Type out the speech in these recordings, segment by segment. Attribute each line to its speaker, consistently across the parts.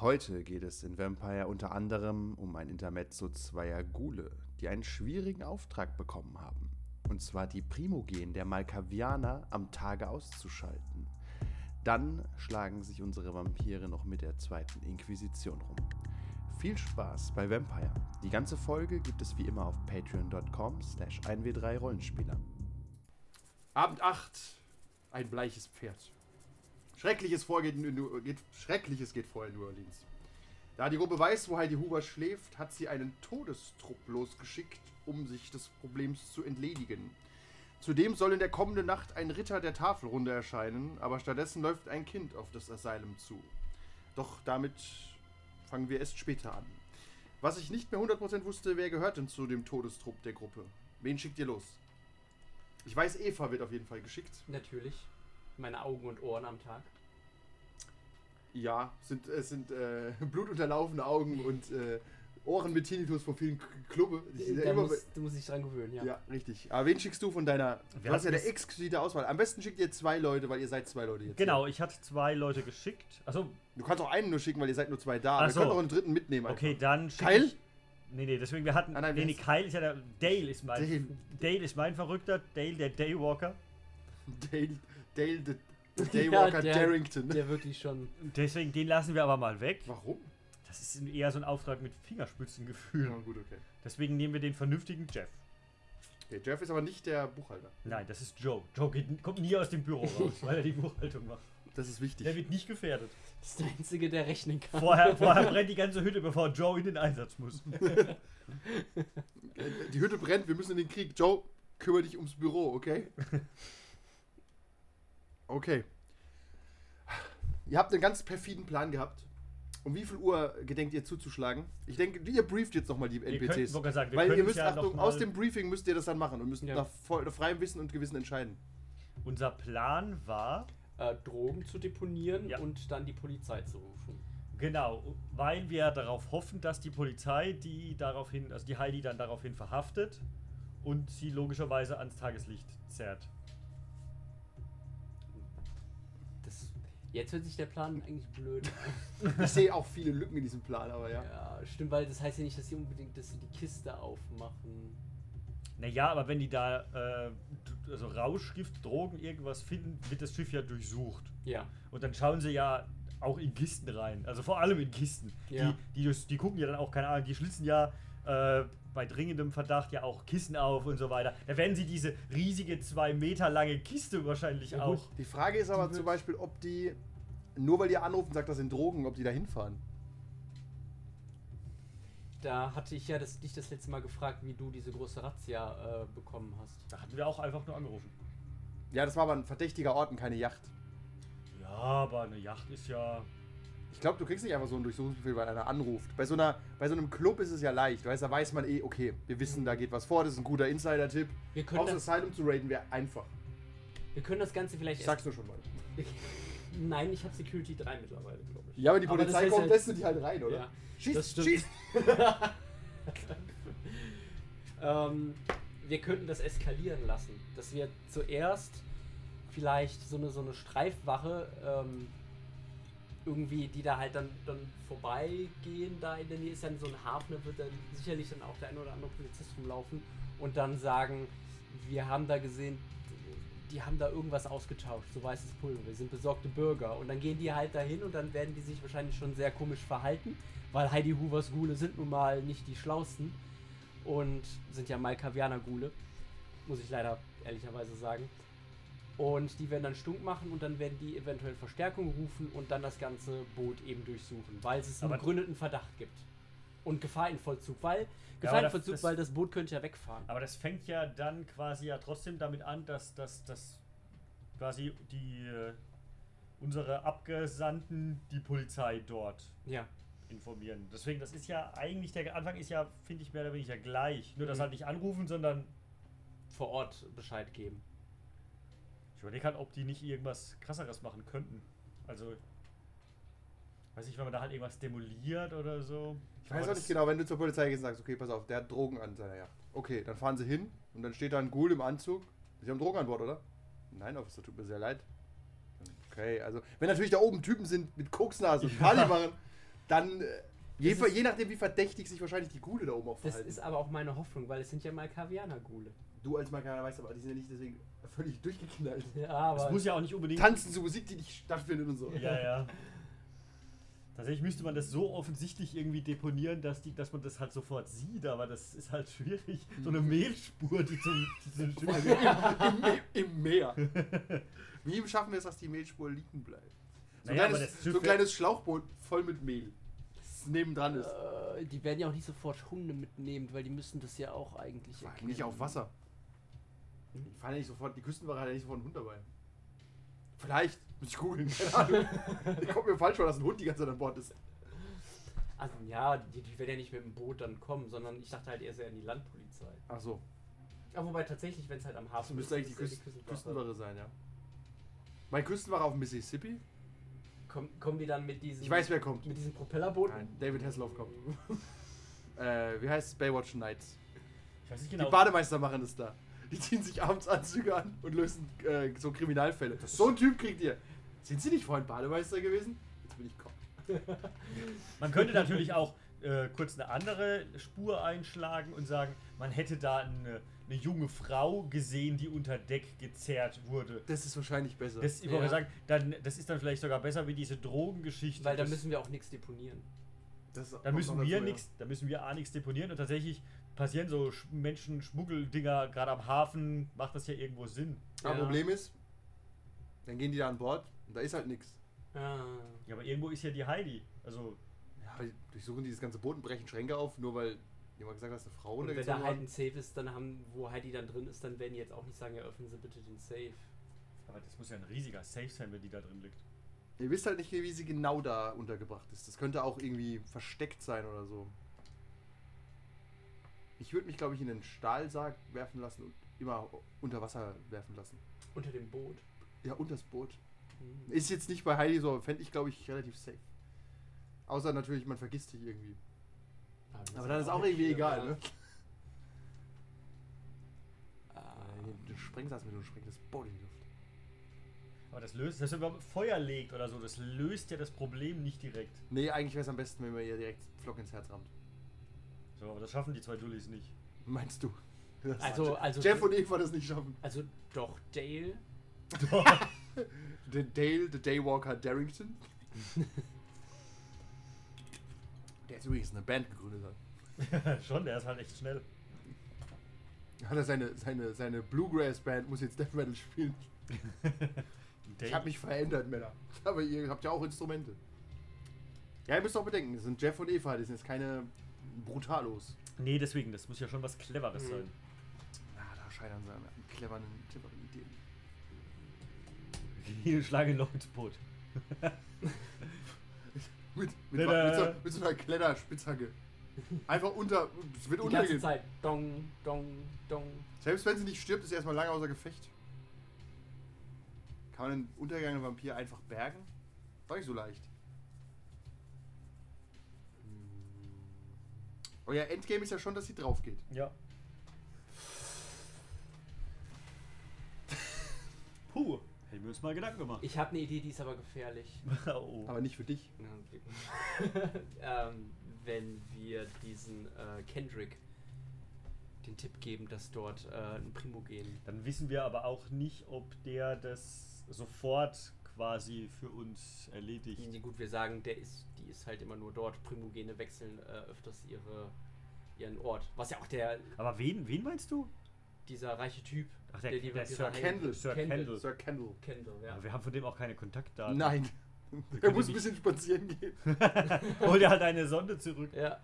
Speaker 1: Heute geht es in Vampire unter anderem um ein Intermezzo zweier Ghule, die einen schwierigen Auftrag bekommen haben. Und zwar die Primogen der Malkavianer am Tage auszuschalten. Dann schlagen sich unsere Vampire noch mit der zweiten Inquisition rum. Viel Spaß bei Vampire. Die ganze Folge gibt es wie immer auf patreon.com slash 1w3rollenspieler.
Speaker 2: Abend 8. Ein bleiches Pferd. Schreckliches vorgeht, in New- geht, Schreckliches geht vor in New Orleans. Da die Gruppe weiß, wo Heidi Huber schläft, hat sie einen Todestrupp losgeschickt, um sich des Problems zu entledigen. Zudem soll in der kommenden Nacht ein Ritter der Tafelrunde erscheinen, aber stattdessen läuft ein Kind auf das Asylum zu. Doch damit fangen wir erst später an. Was ich nicht mehr 100% wusste, wer gehört denn zu dem Todestrupp der Gruppe? Wen schickt ihr los? Ich weiß, Eva wird auf jeden Fall geschickt.
Speaker 3: Natürlich. Meine Augen und Ohren am Tag.
Speaker 2: Ja, sind, es sind äh, blutunterlaufene Augen und äh, Ohren mit Tinnitus von vielen K- Klubbe. Die sind ja
Speaker 3: Äh, Da
Speaker 2: immer-
Speaker 3: musst, du musst dich dran gewöhnen, ja.
Speaker 2: ja. richtig. Aber wen schickst du von deiner? Du
Speaker 4: Wer
Speaker 2: hast ja
Speaker 4: hat
Speaker 2: eine
Speaker 4: das-
Speaker 2: exquisite Auswahl. Am besten schickt ihr zwei Leute, weil ihr seid zwei Leute jetzt.
Speaker 4: Genau, ich hatte zwei Leute geschickt. Achso,
Speaker 2: Du kannst auch einen nur schicken, weil ihr seid nur zwei da.
Speaker 4: Ach
Speaker 2: Aber ihr
Speaker 4: so.
Speaker 2: könnt auch einen dritten mitnehmen. einfach.
Speaker 4: okay, dann schick
Speaker 2: Kyle?
Speaker 4: Ich, nee, nee, deswegen, wir hatten.
Speaker 2: Ah, nein, wie
Speaker 4: nee, nee,
Speaker 2: heißt-
Speaker 4: Kyle ist ja der. Dale ist mein.
Speaker 2: Dale.
Speaker 4: Dale, ist mein Verrückter. Dale, der Daywalker.
Speaker 2: Dale, Dale, the, the Daywalker
Speaker 3: der-
Speaker 2: Darrington.
Speaker 3: Der wirklich schon.
Speaker 4: Deswegen, den lassen wir aber mal weg.
Speaker 2: Warum?
Speaker 4: Das ist eher so ein Auftrag mit Fingerspitzengefühl.
Speaker 2: Ja, gut, okay.
Speaker 4: Deswegen nehmen wir den vernünftigen Jeff.
Speaker 2: Der Jeff ist aber nicht der Buchhalter.
Speaker 4: Nein, das ist Joe. Joe geht, kommt nie aus dem Büro raus, weil er die Buchhaltung macht.
Speaker 2: Das ist
Speaker 4: Der
Speaker 2: wichtig.
Speaker 4: wird nicht gefährdet.
Speaker 3: Das ist der Einzige, der rechnen kann.
Speaker 4: Vorher, vorher brennt die ganze Hütte, bevor Joe in den Einsatz muss.
Speaker 2: Äh, Die Hütte brennt, wir müssen in den Krieg. Joe, kümmere dich ums Büro, okay? Okay. Ihr habt einen ganz perfiden Plan gehabt. Um wie viel Uhr gedenkt ihr zuzuschlagen? Ich denke, ihr brieft jetzt nochmal die
Speaker 4: Wir könnten,
Speaker 2: NPCs.
Speaker 4: wollte gerade sagen, wir
Speaker 2: Weil ihr
Speaker 4: können
Speaker 2: müsst,
Speaker 4: ja noch
Speaker 2: Achtung,
Speaker 4: mal-
Speaker 2: aus dem Briefing müsst ihr das dann machen und müsst
Speaker 3: Ja.
Speaker 2: nach, voll, nach freiem Wissen und Gewissen entscheiden.
Speaker 4: Unser Plan war,
Speaker 3: Äh, Drogen zu deponieren
Speaker 4: Ja.
Speaker 3: und dann die Polizei zu rufen.
Speaker 4: Genau, weil wir darauf hoffen, dass die Polizei die daraufhin, also die Heidi dann daraufhin verhaftet und sie logischerweise ans Tageslicht zerrt.
Speaker 3: Das, jetzt hört sich der Plan eigentlich blöd an.
Speaker 2: Ich sehe auch viele Lücken in diesem Plan, aber ja.
Speaker 3: Ja, stimmt, weil das heißt ja nicht, dass sie unbedingt dass sie die Kiste aufmachen.
Speaker 4: Naja, aber wenn die da äh, d- also Rauschgift, Drogen, irgendwas finden, wird das Schiff ja durchsucht.
Speaker 3: Ja.
Speaker 4: Und dann schauen sie ja auch in Kisten rein. Also vor allem in Kisten.
Speaker 3: Ja.
Speaker 4: Die, die, durchs- die gucken ja dann auch, keine Ahnung, die schlitzen ja äh, bei dringendem Verdacht ja auch Kisten auf und so weiter. Da werden sie diese riesige zwei Meter lange Kiste wahrscheinlich
Speaker 3: Ja, gut.
Speaker 4: auch.
Speaker 2: Die Frage ist aber
Speaker 3: Die
Speaker 2: zum
Speaker 3: wird-
Speaker 2: Beispiel, ob die, nur weil ihr anrufen, sagt das sind Drogen, ob die da hinfahren.
Speaker 3: Da hatte ich ja das, dich das letzte Mal gefragt, wie du diese große Razzia äh, bekommen hast.
Speaker 4: Da hatten wir auch einfach nur angerufen.
Speaker 2: Ja, das war aber ein verdächtiger Ort und keine Yacht.
Speaker 4: Ja, aber eine Yacht ist ja.
Speaker 2: Ich glaube, du kriegst nicht einfach so einen Durchsuchungsbefehl, weil einer anruft. Bei so, einer, bei so einem Club ist es ja leicht, weißt da weiß man eh, okay, wir wissen, da geht was vor, das ist ein guter Insider-Tipp.
Speaker 3: Wir können,
Speaker 2: Aufs
Speaker 3: das,
Speaker 2: Asylum zu raiden wäre einfach.
Speaker 3: wir können das Ganze vielleicht
Speaker 2: Ich sag's nur schon mal.
Speaker 3: Nein, ich habe Security 3 mittlerweile, glaube ich.
Speaker 2: Ja, aber die
Speaker 3: Aber das
Speaker 2: Polizei
Speaker 3: heißt
Speaker 2: kommt,
Speaker 3: halt-
Speaker 2: lässt du die halt rein, oder?
Speaker 3: Ja.
Speaker 2: Schieß,
Speaker 3: das stimmt.
Speaker 2: schieß!
Speaker 3: Ähm, wir könnten das eskalieren lassen, dass wir zuerst vielleicht so eine, so eine Streifwache ähm, irgendwie, die da halt dann, dann vorbeigehen, da in der Nähe ist ja so ein Hafen, da wird dann sicherlich dann auch der ein oder andere Polizist rumlaufen und dann sagen, wir haben da gesehen, die haben da irgendwas ausgetauscht, so weißes Pulver, wir sind besorgte Bürger und dann gehen die halt dahin und dann werden die sich wahrscheinlich schon sehr komisch verhalten, weil Heidi Hoovers Gule sind nun mal nicht die schlausten und sind ja mal Kavianer-Gule, muss ich leider ehrlicherweise sagen. Und die werden dann stunk machen und dann werden die eventuell Verstärkung rufen und dann das ganze Boot eben durchsuchen, weil es einen
Speaker 4: Aber-
Speaker 3: begründeten Verdacht gibt. Und Gefahr in Vollzug, weil
Speaker 4: Ja,
Speaker 3: Gefahr
Speaker 4: aber
Speaker 3: in
Speaker 4: das-
Speaker 3: Vollzug,
Speaker 4: das-
Speaker 3: weil das Boot könnte ja wegfahren.
Speaker 4: Aber das fängt ja dann quasi ja trotzdem damit an, dass dass dass quasi die äh, unsere Abgesandten die Polizei dort
Speaker 3: Ja,
Speaker 4: informieren. Deswegen, das ist ja eigentlich der Anfang ist ja, finde ich mehr oder weniger gleich. Nur dass
Speaker 3: Mhm.
Speaker 4: halt nicht anrufen, sondern
Speaker 3: vor Ort Bescheid geben.
Speaker 4: ich überlege halt, ob die nicht irgendwas krasseres machen könnten. Also weiß ich, wenn man da halt irgendwas demoliert oder so.
Speaker 2: Ich weiß
Speaker 4: Aber
Speaker 2: auch
Speaker 4: das-
Speaker 2: nicht genau, wenn du zur Polizei gehst und sagst, okay, pass auf, der hat Drogen an seiner Yacht. Okay, dann fahren sie hin und dann steht da ein Ghoul im Anzug. Sie haben Drogen an Bord, oder? Nein, Officer, tut mir sehr leid. Okay, also, wenn natürlich da oben Typen sind mit Koksnase und Party machen, dann, äh, je,
Speaker 3: Das ist-
Speaker 2: je nachdem, wie verdächtig sich wahrscheinlich die Gule da oben auch
Speaker 3: Das
Speaker 2: verhalten.
Speaker 3: ist aber auch meine Hoffnung, weil es sind ja mal Kavianergule.
Speaker 2: du als Markaner weißt aber, die sind ja nicht deswegen völlig durchgeknallt.
Speaker 3: Ja,
Speaker 4: Das
Speaker 3: aber
Speaker 4: muss ja auch nicht unbedingt.
Speaker 2: Tanzen zu Musik, die nicht stattfindet und so.
Speaker 4: Ja, ja. Tatsächlich müsste man das so offensichtlich irgendwie deponieren, dass, die, dass man das halt sofort sieht, aber das ist halt schwierig. So
Speaker 3: Mhm.
Speaker 4: eine Mehlspur, die zum, die zum Schimmel geht.
Speaker 2: Im, im, Im Meer. Wie schaffen wir es, dass die Mehlspur liegen bleibt? So,
Speaker 4: Naja,
Speaker 2: ein
Speaker 4: aber
Speaker 2: kleines, so
Speaker 4: das Schiff
Speaker 2: ein
Speaker 4: ja-
Speaker 2: kleines Schlauchboot voll mit Mehl, das nebendran ist.
Speaker 3: äh, die werden ja auch nicht sofort Hunde mitnehmen, weil die müssen das ja auch eigentlich.
Speaker 2: Fuck,
Speaker 3: erkennen.
Speaker 2: nicht auf Wasser. Die fahren ja nicht sofort, die Küstenwache hat ja nicht sofort einen Hund dabei. Vielleicht, muss ich googeln, keine Ahnung. Ich kommt mir falsch vor, dass ein Hund die ganze Zeit an Bord ist.
Speaker 3: Also ja, die, die werden ja nicht mit dem Boot dann kommen, sondern ich dachte halt eher so an die Landpolizei.
Speaker 2: Ach so,
Speaker 3: Aber wobei tatsächlich, wenn es halt am
Speaker 2: das
Speaker 3: Hafen
Speaker 2: müsste eigentlich die,
Speaker 3: ist es
Speaker 2: Küst
Speaker 3: ja die Küstenwache.
Speaker 2: Küstenwache sein, ja. Mein Küstenwache auf dem Mississippi?
Speaker 3: Komm, kommen die dann mit diesen.
Speaker 2: Ich weiß, wer kommt.
Speaker 3: Mit diesen Propellerbooten?
Speaker 2: Nein, David Hasselhoff kommt. äh, wie heißt es? Baywatch Nights.
Speaker 4: Ich weiß nicht
Speaker 2: Die
Speaker 4: genau.
Speaker 2: Bademeister machen das da. Die ziehen sich abends Anzüge an und lösen äh, so Kriminalfälle. so ein Typ kriegt ihr. Sind sie nicht vorhin Bademeister gewesen? Jetzt bin ich Kopf.
Speaker 4: Man könnte natürlich auch äh, kurz eine andere Spur einschlagen und sagen, man hätte da eine, eine junge Frau gesehen, die unter Deck gezerrt wurde.
Speaker 2: Das ist wahrscheinlich besser.
Speaker 4: Das, ich
Speaker 3: Ja.
Speaker 4: wollte sagen, dann, das ist dann vielleicht sogar besser wie diese Drogengeschichte.
Speaker 3: Weil da
Speaker 4: Das-
Speaker 3: müssen wir auch nichts deponieren.
Speaker 2: Das
Speaker 4: Da
Speaker 2: kommt
Speaker 4: müssen
Speaker 2: noch
Speaker 4: wir
Speaker 2: dazu, ja.
Speaker 4: nichts, da müssen wir A nichts deponieren und tatsächlich passieren so Sch- Menschen-Schmuggeldinger gerade am Hafen, macht das ja irgendwo Sinn.
Speaker 2: Aber
Speaker 3: Ja.
Speaker 2: Problem ist, dann gehen die da an Bord und da ist halt nichts.
Speaker 3: Ah.
Speaker 4: Ja, aber irgendwo ist ja die Heidi. Also,
Speaker 2: Ja, aber die durchsuchen dieses ganze Boot und brechen Schränke auf, nur weil jemand gesagt hat, dass eine Frau
Speaker 3: Und wenn da
Speaker 2: untergezogen
Speaker 3: halt
Speaker 2: hat.
Speaker 3: ein Safe ist, dann haben, wo Heidi dann drin ist, dann werden die jetzt auch nicht sagen, ja, öffnen Sie bitte den Safe.
Speaker 4: aber das muss ja ein riesiger Safe sein, wenn die da drin liegt.
Speaker 2: Ihr wisst halt nicht, wie sie genau da untergebracht ist. Das könnte auch irgendwie versteckt sein oder so. Ich würde mich, glaube ich, in den Stahlsarg werfen lassen und immer unter Wasser werfen lassen.
Speaker 3: Unter dem Boot.
Speaker 2: Ja, unter das Boot.
Speaker 3: Hm.
Speaker 2: Ist jetzt nicht bei Heidi so, aber fände ich, glaube ich, relativ safe. Außer natürlich, man vergisst dich irgendwie.
Speaker 3: Ah, das
Speaker 2: Aber dann ist auch
Speaker 3: nicht
Speaker 2: irgendwie
Speaker 3: schlimm,
Speaker 2: egal,
Speaker 3: ja.
Speaker 2: ne?
Speaker 3: Ah.
Speaker 2: Du sprengst das mit und sprengst das Boot in die Luft.
Speaker 4: Aber das löst, selbst wenn man Feuer legt oder so, das löst ja das Problem nicht direkt.
Speaker 2: Nee, eigentlich wäre es am besten, wenn man ihr direkt Flock ins Herz rammt.
Speaker 4: So, aber das schaffen die zwei Dullis nicht.
Speaker 2: Meinst du? Das
Speaker 3: Also- also-
Speaker 2: Jeff und Eva das nicht schaffen.
Speaker 3: Also doch, Dale.
Speaker 2: The Dale, the Daywalker Darrington. der jetzt übrigens eine Band gegründet hat.
Speaker 4: Schon, der ist halt echt schnell.
Speaker 2: Hat er seine, seine, seine Bluegrass-Band, muss jetzt Death Metal spielen. Ich habe mich verändert, Männer. Aber ihr habt ja auch Instrumente. Ja, ihr müsst auch bedenken, das sind Jeff und Eva, das sind jetzt keine Brutalos.
Speaker 4: nee, deswegen, das halt- muss ja schon was Cleveres
Speaker 3: Mhm.
Speaker 4: sein.
Speaker 2: Na, da scheitern sie an cleveren, cleveren Ideen.
Speaker 4: Hier schlage noch ins Boot.
Speaker 2: Mit, mit,
Speaker 4: Tada.
Speaker 2: mit, so, mit so einer Kletterspitzhacke. Einfach unter. Es wird
Speaker 3: Die ganze
Speaker 2: untergehen.
Speaker 3: Zeit. Dong, dong, dong.
Speaker 2: Selbst wenn sie nicht stirbt, ist sie erstmal lange außer Gefecht. Kann man den Untergang der Vampir einfach bergen? War nicht so leicht. Euer Endgame ist Oh ja schon, dass sie drauf geht.
Speaker 4: Ja. Puh, hätten wir uns mal Gedanken gemacht.
Speaker 3: Ich habe eine Idee, die ist aber gefährlich.
Speaker 4: oh.
Speaker 2: Aber nicht für dich.
Speaker 3: Na, okay. ähm, wenn wir diesen äh, Kendrick den Tipp geben, dass dort äh, ein Primogen.
Speaker 4: Dann wissen wir aber auch nicht, ob der das sofort quasi für uns erledigt.
Speaker 3: Die, gut, wir sagen, der ist, die ist halt immer nur dort. Primogene wechseln äh, öfters ihre, ihren Ort. Was ja auch der
Speaker 4: Aber wen, wen meinst du?
Speaker 3: dieser reiche Typ,
Speaker 4: Ach, der-
Speaker 3: die
Speaker 4: der
Speaker 3: Vampire
Speaker 4: Sir
Speaker 3: heilt.
Speaker 2: Kendall.
Speaker 4: Sir Kendall.
Speaker 2: Sir Kendall.
Speaker 3: Also, Kendall, ja.
Speaker 4: Aber wir haben von dem auch keine Kontaktdaten.
Speaker 2: Nein. Er
Speaker 4: können
Speaker 2: muss
Speaker 4: die
Speaker 2: ein bisschen spazieren gehen.
Speaker 4: Hol dir halt eine Sonde zurück.
Speaker 3: Ja,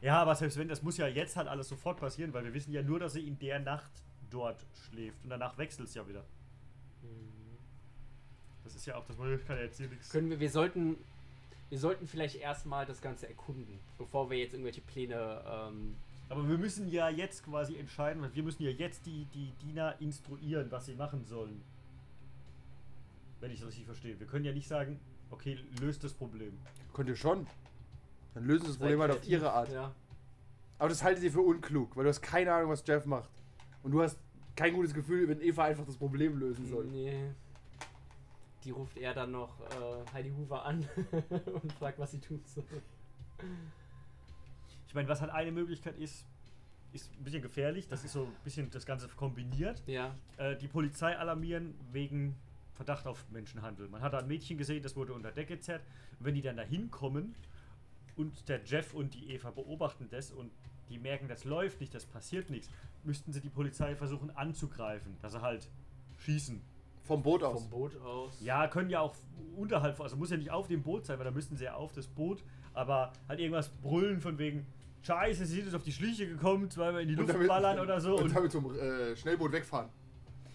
Speaker 4: Ja, aber selbst wenn, das muss ja jetzt halt alles sofort passieren, weil wir wissen ja nur, dass sie in der Nacht dort schläft. Und danach wechselt es ja wieder. Mhm. Das ist ja auch das Problem, ich kann ja jetzt hier nichts.
Speaker 3: Können wir, wir sollten, wir sollten vielleicht erstmal das Ganze erkunden, bevor wir jetzt irgendwelche Pläne. Ähm,
Speaker 4: Aber wir müssen ja jetzt quasi entscheiden, weil wir müssen ja jetzt die, die Diener instruieren, was sie machen sollen. Wenn ich das richtig verstehe. Wir können ja nicht sagen, okay, löst das Problem.
Speaker 2: Könnt ihr schon. Dann lösen sie das Problem halt auf
Speaker 3: kreativ,
Speaker 2: ihre Art.
Speaker 3: Ja.
Speaker 2: Aber das haltet ihr für unklug, weil du hast keine Ahnung, was Jeff macht. Und du hast kein gutes Gefühl, wenn Eva einfach das Problem lösen soll.
Speaker 3: Nee. die ruft er dann noch äh, Heidi Hoover an und fragt, was sie tun soll.
Speaker 4: Ich meine, was halt eine Möglichkeit ist, ist ein bisschen gefährlich. Das ist so ein bisschen das Ganze kombiniert.
Speaker 3: Ja,
Speaker 4: Äh, die Polizei alarmieren wegen Verdacht auf Menschenhandel. Man hat da ein Mädchen gesehen, das wurde unter Decke gezerrt. Und wenn die dann da hinkommen und der Jeff und die Eva beobachten das und die merken, das läuft nicht, das passiert nichts, müssten sie die Polizei versuchen anzugreifen, dass sie halt schießen.
Speaker 2: Vom Boot aus.
Speaker 3: vom Boot aus.
Speaker 4: Ja, können ja auch unterhalb, also muss ja nicht auf dem Boot sein, weil da müssten sie ja auf das Boot, aber halt irgendwas brüllen von wegen, Scheiße, sie sind uns auf die Schliche gekommen, zweimal in die Luft ballern oder so.
Speaker 2: Und,
Speaker 4: Und,
Speaker 2: damit zum äh, Schnellboot wegfahren.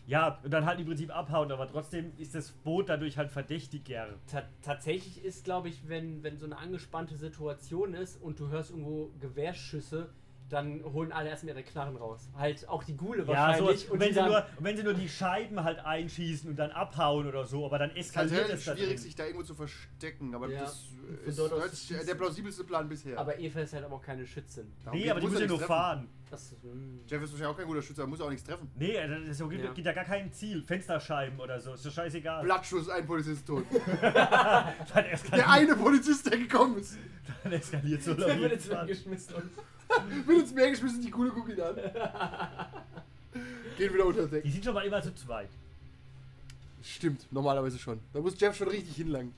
Speaker 4: ja, und dann halt im Prinzip abhauen, aber trotzdem ist das Boot dadurch halt verdächtiger.
Speaker 3: Ta tatsächlich ist, glaube ich, wenn, wenn so eine angespannte Situation ist und du hörst irgendwo Gewehrschüsse, dann holen alle erstmal ihre Knarren raus. Halt auch die Gule
Speaker 4: Ja, so,
Speaker 3: wahrscheinlich.
Speaker 4: und wenn,
Speaker 3: die
Speaker 4: sie
Speaker 3: dann-
Speaker 4: nur, und wenn sie nur die Scheiben halt einschießen und dann abhauen oder so, aber dann
Speaker 2: Es ist halt
Speaker 4: eskaliert
Speaker 2: relativ
Speaker 4: es dann.
Speaker 2: schwierig, sich da irgendwo zu verstecken, aber
Speaker 3: Ja.
Speaker 2: das
Speaker 3: Von
Speaker 2: ist
Speaker 3: dort aus
Speaker 2: hört sich-
Speaker 3: schießen.
Speaker 2: der plausibelste Plan bisher.
Speaker 3: Aber Eva ist halt aber auch keine Schützin.
Speaker 2: Darum
Speaker 4: Nee,
Speaker 2: geht's,
Speaker 4: aber die
Speaker 2: muss
Speaker 4: muss ja
Speaker 2: nichts treffen.
Speaker 4: nur fahren.
Speaker 3: Das ist, mm.
Speaker 2: Jeff ist wahrscheinlich auch kein guter Schütze, er muss auch nichts treffen.
Speaker 4: Nee, äh, das gibt,
Speaker 3: Ja.
Speaker 4: gibt ja gar kein Ziel. Fensterscheiben oder so, ist doch scheißegal.
Speaker 2: Blattschuss, ein Polizist tot.
Speaker 4: Dann eskaliert,
Speaker 2: Der eine Polizist, der gekommen ist.
Speaker 4: dann eskaliert so
Speaker 3: Dann wird
Speaker 4: laut.
Speaker 3: jetzt weggeschmissen und
Speaker 2: Wird ins Meer geschmissen, die Kuhle guckt ihn an. Geht wieder unter das
Speaker 4: Die
Speaker 2: Deck.
Speaker 4: sind schon mal immer zu zweit.
Speaker 2: Stimmt, normalerweise schon. Da muss Jeff schon richtig hinlangen.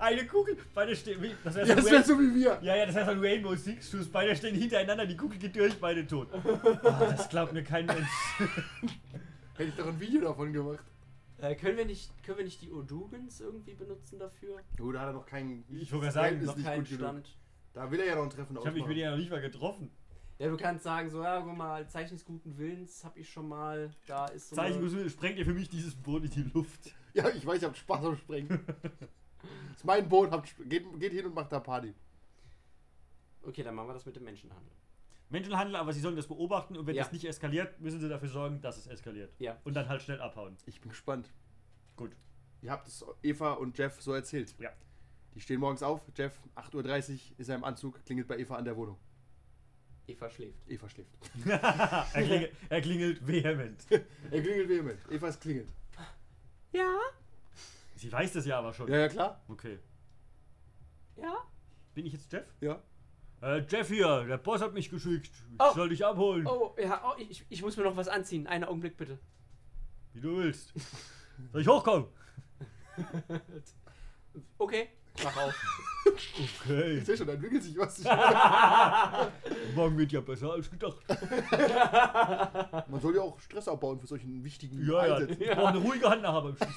Speaker 4: Eine Kugel, beide stehen. wie- Das wär
Speaker 2: Ja,
Speaker 4: so
Speaker 2: das wäre
Speaker 4: Rain-
Speaker 2: so wie wir.
Speaker 4: ja, ja, das heißt ein Rainbow Six Schuss. Beide stehen hintereinander, die Kugel geht durch, beide tot. Ah, das glaubt mir kein Mensch.
Speaker 2: Hätte ich doch ein Video davon gemacht.
Speaker 3: Äh, können, wir nicht, können wir nicht die Odugans irgendwie benutzen dafür?
Speaker 2: Oh, da hat er noch keinen.
Speaker 4: Ich wollte gerade sagen,
Speaker 2: Verhältnis
Speaker 4: noch
Speaker 2: nicht
Speaker 3: Kein
Speaker 2: gut genug.
Speaker 3: Stand.
Speaker 2: Da will er ja noch ein Treffen
Speaker 4: Ich habe mich mit
Speaker 2: ausmachen.
Speaker 4: ihr noch nicht mal getroffen.
Speaker 3: Ja, du kannst sagen, so, ja, guck mal, Zeichen des guten Willens hab ich schon mal. Da ist so.
Speaker 4: Zeichen
Speaker 3: eine,
Speaker 4: Gusül, sprengt ihr für mich dieses Boot in die Luft.
Speaker 2: Ja, ich weiß, ihr habt Spaß am Sprengen. ist mein Boot, habt, geht, geht hin und macht da Party.
Speaker 3: okay, dann machen wir das mit dem Menschenhandel.
Speaker 4: Menschenhandel, aber sie sollen das beobachten und wenn
Speaker 3: Ja.
Speaker 4: das nicht eskaliert, müssen sie dafür sorgen, dass es eskaliert.
Speaker 3: Ja.
Speaker 4: Und dann halt schnell abhauen.
Speaker 2: Ich bin gespannt.
Speaker 4: Gut.
Speaker 2: Ihr habt es Eva und Jeff so erzählt.
Speaker 4: Ja.
Speaker 2: Die stehen morgens auf. Jeff, 8.30 Uhr, ist er im Anzug, klingelt bei Eva an der Wohnung.
Speaker 3: Eva schläft.
Speaker 2: Eva schläft.
Speaker 4: er, klingelt, er klingelt vehement.
Speaker 2: Er klingelt vehement. Eva ist klingelt.
Speaker 3: Ja,
Speaker 4: Sie weiß das ja aber schon.
Speaker 2: Ja, ja, klar.
Speaker 4: Okay.
Speaker 3: ja.
Speaker 4: Bin ich jetzt Jeff?
Speaker 2: Ja.
Speaker 4: Äh, Jeff hier, der Boss hat mich geschickt. Ich
Speaker 3: Oh.
Speaker 4: soll dich abholen.
Speaker 3: Oh, ja, oh, ich, ich muss mir noch was anziehen. Einen Augenblick bitte.
Speaker 4: Wie du willst. Soll ich hochkommen?
Speaker 3: Okay, mach auf.
Speaker 4: Okay.
Speaker 2: Ich sehe schon, da entwickelt sich was.
Speaker 4: Morgen wird ja besser als gedacht.
Speaker 2: Man soll ja auch Stress abbauen für solchen wichtigen
Speaker 4: Ja, ja.
Speaker 2: Einsätzen.
Speaker 4: Ich brauche eine ruhige Hand nachher beim Schießen.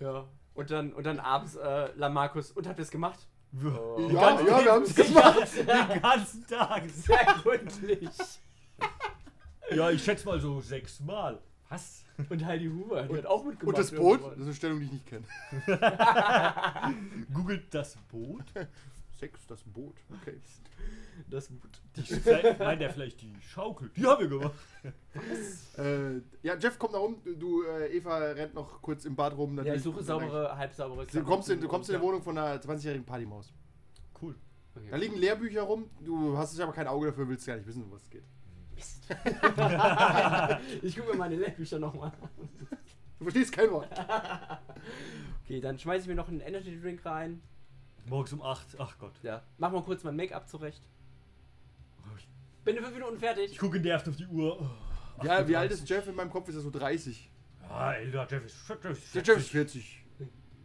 Speaker 3: Ja. Und dann, und dann abends äh, Lamarcus. Und habt ihr es gemacht?
Speaker 4: Den
Speaker 2: Ja,
Speaker 4: ganzen-
Speaker 2: ja, wir haben's
Speaker 4: den
Speaker 2: gemacht.
Speaker 4: ganzen- Den ganzen Tag.
Speaker 3: Sehr gründlich.
Speaker 4: Ja, ich schätze mal so sechsmal. Was?
Speaker 3: Und Heidi Hoover, die hat auch mitgemacht.
Speaker 2: Und das Boot, das
Speaker 3: irgendwann.
Speaker 2: ist eine Stellung, die ich nicht kenne.
Speaker 4: Googelt das Boot?
Speaker 2: Sex, das Boot. Okay.
Speaker 3: Das Boot.
Speaker 4: Die, vielleicht, meint er vielleicht die Schaukel? Die haben wir gemacht.
Speaker 2: Äh, ja, Jeff kommt nach oben. Du, äh, Eva rennt noch kurz im Bad rum.
Speaker 3: Ja,
Speaker 2: natürlich-
Speaker 3: ich suche saubere, halbsaubere
Speaker 2: Du kommst, in, du kommst in die Wohnung
Speaker 3: Wohnung.
Speaker 2: von einer 20-jährigen Partymaus.
Speaker 4: Cool.
Speaker 2: Da liegen Lehrbücher rum. Du hast aber kein Auge dafür, willst gar nicht wissen, um was es geht.
Speaker 3: Mist. ich gucke mir meine Lehrbücher nochmal an.
Speaker 2: Du verstehst kein Wort.
Speaker 3: Okay, dann schmeiße ich mir noch einen Energy Drink rein.
Speaker 4: Morgens um 8. Ach Gott.
Speaker 3: Ja. Mach mal kurz mein Make-up zurecht. Bin in fünf Minuten
Speaker 4: Ich
Speaker 3: fertig.
Speaker 4: gucke genervt auf die Uhr. Oh.
Speaker 2: Ja, wie alt ist Jeff? In meinem Kopf ist er so 30.
Speaker 4: Ah, Elder, Jeff ist. Jeff ist
Speaker 2: Der Jeff ist 40.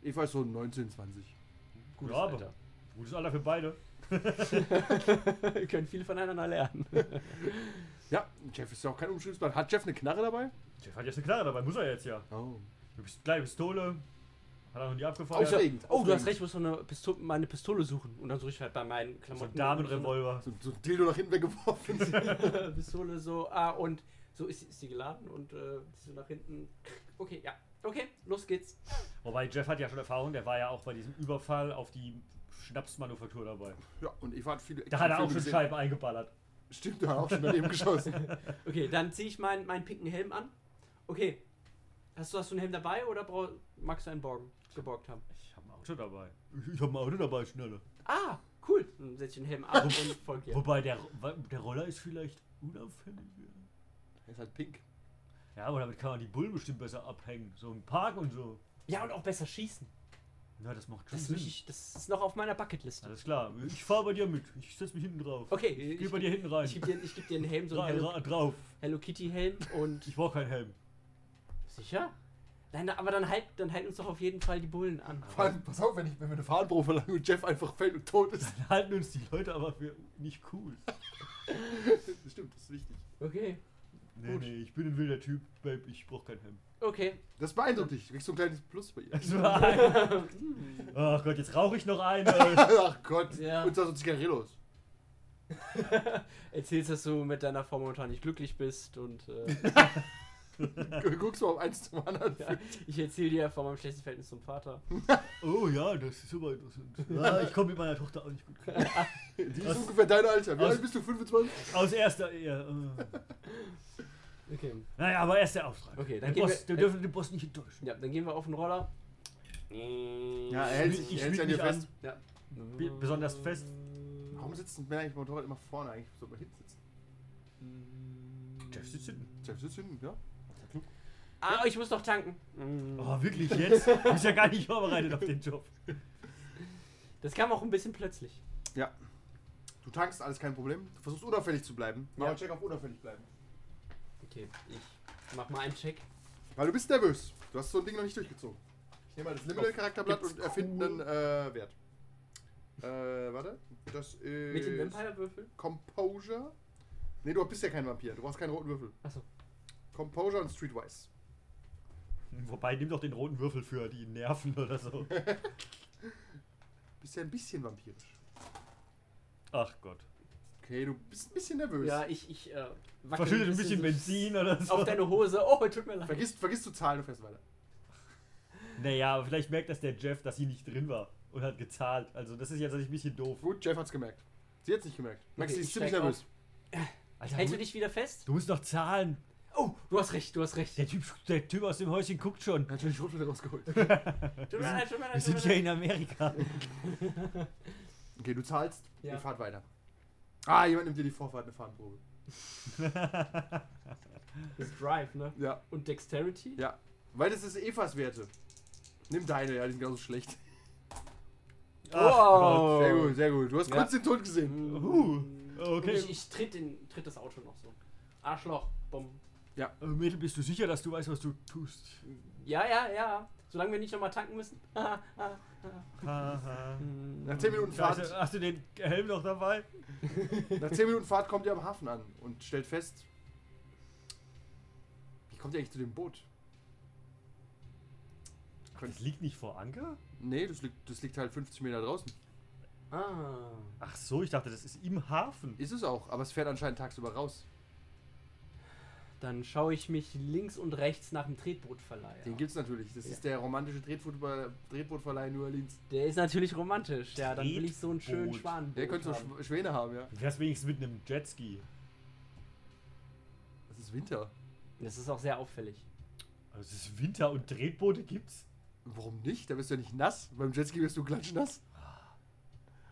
Speaker 2: Eva ist so 19, 20.
Speaker 4: Gutes ja, Alter. Gutes Alter für beide.
Speaker 3: Wir können viel voneinander lernen.
Speaker 2: Ja, Jeff ist ja auch kein Umschriebsblatt. Hat Jeff eine Knarre dabei?
Speaker 4: Jeff hat jetzt eine Knarre dabei, muss er jetzt ja.
Speaker 2: Oh.
Speaker 4: Du bist kleine Pistole. Hat er noch nie abgefahren.
Speaker 2: Aufregend.
Speaker 3: Oh, du hast recht, ich muss noch eine Pistole, meine Pistole suchen. Und dann suche ich halt bei meinen
Speaker 4: So ein
Speaker 3: Klamotten.
Speaker 4: Damenrevolver.
Speaker 2: So, so ein Dildo nach hinten weggeworfen.
Speaker 3: Pistole so, ah, und so ist, ist die geladen und äh, ist so nach hinten. Okay, ja. Okay, los geht's.
Speaker 4: Wobei Jeff hat ja schon Erfahrung, der war ja auch bei diesem Überfall auf die Schnapsmanufaktur dabei.
Speaker 2: ja, und Eva hat viele
Speaker 4: Da hat er auch
Speaker 2: Actionfilme
Speaker 4: schon
Speaker 2: gesehen.
Speaker 4: Scheiben eingeballert.
Speaker 2: Stimmt, da hat er auch schon daneben geschossen.
Speaker 3: Okay, dann ziehe ich meinen, meinen pinken Helm an. Okay. Hast du, hast du einen Helm dabei oder brauch, magst du einen borgen, geborgt haben?
Speaker 4: Ich hab ein Auto dabei. Ich hab ein Auto dabei, schneller.
Speaker 3: Ah, cool. Dann setze ich den Helm ab und folge dir.
Speaker 4: Wobei der, der Roller ist vielleicht unauffälliger.
Speaker 2: Er ist halt pink.
Speaker 4: Ja, aber damit kann man die Bullen bestimmt besser abhängen. So im Park und so.
Speaker 3: Ja, und auch besser schießen.
Speaker 4: Na, das macht schon
Speaker 3: Das,
Speaker 4: Sinn.
Speaker 3: möchte ich, das ist noch auf meiner Bucketliste.
Speaker 4: Alles klar, ich fahr bei dir mit. Ich setz mich hinten drauf.
Speaker 3: Okay,
Speaker 4: ich, geh
Speaker 3: ich-
Speaker 4: bei dir hinten rein.
Speaker 3: Ich gebe dir, ich geb dir einen Helm, so
Speaker 4: Ra-
Speaker 3: einen Hello,
Speaker 4: ra- drauf.
Speaker 3: Hello Kitty Helm und.
Speaker 4: Ich brauch keinen Helm.
Speaker 3: Sicher? Nein, na, aber dann halt, dann halten uns doch auf jeden Fall die Bullen an.
Speaker 2: Vor allem, pass auf, wenn ich mir eine Fahnenprobe verlange und Jeff einfach fällt und tot ist.
Speaker 4: Dann halten uns die Leute aber für nicht cool.
Speaker 2: Das stimmt, das ist wichtig.
Speaker 3: Okay.
Speaker 4: Nee,
Speaker 2: Gut.
Speaker 4: nee, ich bin ein wilder Typ, Babe, ich brauch keinen Helm.
Speaker 3: Okay.
Speaker 2: Das beeindruckt dich. Du kriegst so ein kleines Plus bei ihr.
Speaker 4: Das war ein- Also, Ach Gott, jetzt rauche ich noch eine.
Speaker 2: Ach Gott.
Speaker 3: Ja.
Speaker 2: Und da so Zigarillos.
Speaker 3: Erzählst, dass du mit deiner Frau momentan nicht glücklich bist und äh,
Speaker 2: Du Guckst du auf eins zum anderen.
Speaker 3: ja, ich erzähle dir von meinem schlechten Verhältnis zum Vater.
Speaker 4: Oh ja, das ist immer interessant. Ja, ich komme mit meiner Tochter auch nicht gut klar.
Speaker 2: Die ist
Speaker 4: Aus-
Speaker 2: ungefähr dein Alter. Wie
Speaker 4: aus-
Speaker 2: alt bist du? 25?
Speaker 4: Aus erster Ehe. Äh.
Speaker 3: Okay.
Speaker 4: Naja, aber erst der Auftrag.
Speaker 3: Okay,
Speaker 4: der
Speaker 3: dann gehen
Speaker 4: Boss,
Speaker 3: wir-
Speaker 4: wir dürfen den Boss nicht enttäuschen.
Speaker 3: Ja, dann gehen wir auf den Roller.
Speaker 2: Ja, er hält
Speaker 4: Ich-
Speaker 2: sich
Speaker 4: ich
Speaker 2: er hält sich an dir
Speaker 4: lüg mich an.
Speaker 2: fest.
Speaker 3: Ja.
Speaker 4: Bi- besonders fest.
Speaker 2: Warum sitzen Männer eigentlich beim Motorrad immer vorne? Eigentlich sollte man hinten sitzen.
Speaker 4: Jeff sitzt hinten.
Speaker 2: Jeff sitzt hinten, ja.
Speaker 3: Ah, ich muss noch tanken.
Speaker 4: Oh, wirklich jetzt? Du bist ja gar nicht vorbereitet auf den Job.
Speaker 3: Das kam auch ein bisschen plötzlich.
Speaker 2: Ja. Du tankst, alles kein Problem. Du versuchst unauffällig zu bleiben. Mach
Speaker 3: Ja.
Speaker 2: einen Check auf unauffällig bleiben.
Speaker 3: Okay, ich mach mal einen Check.
Speaker 2: Weil du bist nervös. Du hast so ein Ding noch nicht durchgezogen. Ich nehme mal das Liminal-Charakterblatt
Speaker 3: Gibt's
Speaker 2: und erfinde einen
Speaker 3: cool?
Speaker 2: äh, Wert. Äh, warte. Das ist.
Speaker 3: Mit dem Vampire-Würfel?
Speaker 2: Composure. Ne, du bist ja kein Vampir. Du brauchst keinen roten Würfel.
Speaker 3: Achso.
Speaker 2: Composure und Streetwise.
Speaker 4: Wobei, nimm doch den roten Würfel für die Nerven oder so.
Speaker 2: Bist ja ein bisschen vampirisch.
Speaker 4: Ach Gott.
Speaker 2: Okay, du bist ein bisschen nervös.
Speaker 3: Ja, ich, ich, äh, wackel
Speaker 4: Verschüttet ein bisschen
Speaker 3: so
Speaker 4: Benzin oder so.
Speaker 3: Auf deine Hose. Oh, tut mir leid.
Speaker 2: Vergiss, vergiss zu zahlen und fährst weiter.
Speaker 4: Naja, aber vielleicht merkt das der Jeff, dass sie nicht drin war und hat gezahlt. Also, das ist jetzt natürlich ein bisschen doof.
Speaker 2: Gut, Jeff hat's gemerkt. Sie hat's nicht gemerkt. Max,
Speaker 3: Okay,
Speaker 2: sie
Speaker 3: ich
Speaker 2: ist ziemlich
Speaker 3: steig
Speaker 2: nervös.
Speaker 4: Alter,
Speaker 3: Hältst du
Speaker 4: du-
Speaker 3: dich wieder fest?
Speaker 4: Du musst doch zahlen.
Speaker 3: Oh, du hast recht, du hast recht.
Speaker 4: Der Typ, der typ aus dem Häuschen guckt schon.
Speaker 2: Er hat schon die Rotflinte rausgeholt.
Speaker 3: Tut mir leid, tut mir leid,
Speaker 4: Wir
Speaker 3: tut mir
Speaker 4: sind ja
Speaker 3: leid.
Speaker 4: in Amerika.
Speaker 2: Okay, du zahlst,
Speaker 3: Ja.
Speaker 2: ihr fahrt weiter. Ah, jemand nimmt dir die Vorfahrt, eine Fahnenprobe.
Speaker 3: Das ist Drive, ne?
Speaker 2: Ja,
Speaker 3: Und Dexterity?
Speaker 2: ja. Weil das ist Evas Werte. Nimm deine, ja, die sind genauso schlecht.
Speaker 4: Ach
Speaker 2: Sehr gut, sehr gut. Du hast
Speaker 3: Ja.
Speaker 2: kurz den Tod gesehen.
Speaker 4: Gott. Uh, okay.
Speaker 3: Ich, ich tritt, den, tritt das Auto noch so. Arschloch. Bumm.
Speaker 4: Äh, Mädel, bist du sicher, dass du weißt, was du tust?
Speaker 3: Ja, ja, ja. Solange wir nicht nochmal tanken müssen.
Speaker 4: Haha.
Speaker 2: Nach 10 Minuten
Speaker 4: Scheiße,
Speaker 2: Fahrt,
Speaker 4: hast du den Helm noch dabei?
Speaker 2: nach 10 Minuten Fahrt kommt ihr am Hafen an und stellt fest, wie kommt ihr eigentlich zu dem Boot?
Speaker 4: Das liegt nicht vor Anker?
Speaker 2: Nee, das liegt, das liegt halt 50 Meter draußen.
Speaker 3: ah.
Speaker 4: Ach so, ich dachte, das ist im Hafen.
Speaker 2: Ist es auch, aber es fährt anscheinend tagsüber raus.
Speaker 3: Dann schaue ich mich links und rechts nach dem Tretbootverleiher.
Speaker 2: Den gibt's natürlich. Das
Speaker 3: Ja.
Speaker 2: ist der romantische Tretbootver- Tretbootverleih in New Orleans.
Speaker 3: Der ist natürlich romantisch. Ja, dann will ich so einen schönen
Speaker 4: Tretboot.
Speaker 3: Schwan.
Speaker 2: Der könnte so
Speaker 3: haben.
Speaker 2: Schw- Schwäne haben, ja.
Speaker 4: Du fährst wenigstens mit einem Jetski.
Speaker 2: Es ist Winter.
Speaker 3: Das ist auch sehr auffällig.
Speaker 4: Also es ist Winter und Tretboote gibt's?
Speaker 2: Warum nicht? Da bist du ja nicht nass. Beim Jetski wirst du klatschnass.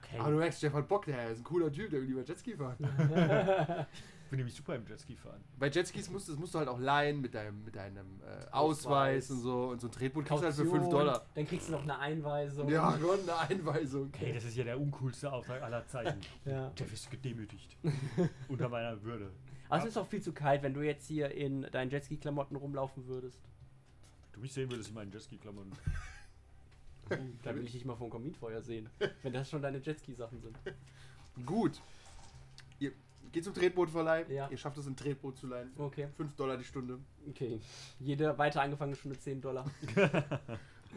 Speaker 4: Okay.
Speaker 2: Aber du merkst, Jeff hat Bock, der ist ein cooler Typ, der will lieber Jetski fahren.
Speaker 4: Ich bin nämlich super im Jetski fahren.
Speaker 2: Bei Jetskis musst, du- das musst du halt auch leihen mit deinem, mit deinem äh, Ausweis
Speaker 3: Ausweis.
Speaker 2: und so. Und so ein Tretboot kriegst du halt für
Speaker 3: Kaution,
Speaker 2: 5 Dollar.
Speaker 3: Dann kriegst du noch eine Einweisung.
Speaker 2: Ja, Gott, eine Einweisung.
Speaker 4: Okay, das ist ja der uncoolste Auftrag aller Zeiten.
Speaker 3: ja.
Speaker 4: Jeff ist gedemütigt. Unter meiner Würde.
Speaker 3: Aber es ist auch viel zu kalt, wenn du jetzt hier in deinen Jetski-Klamotten rumlaufen würdest.
Speaker 4: Wenn du mich sehen würdest in meinen Jetski-Klammern.
Speaker 3: Hm, Da will ich dich mal vom Kaminfeuer sehen, wenn das schon deine Jetski-Sachen sind.
Speaker 2: Gut. Ihr geht zum Tretbootverleih.
Speaker 3: Ja.
Speaker 2: Ihr schafft es, ein Tretboot zu leihen.
Speaker 3: Okay.
Speaker 2: 5 Dollar die Stunde.
Speaker 3: Okay. Jede weiter angefangene Stunde 10 Dollar.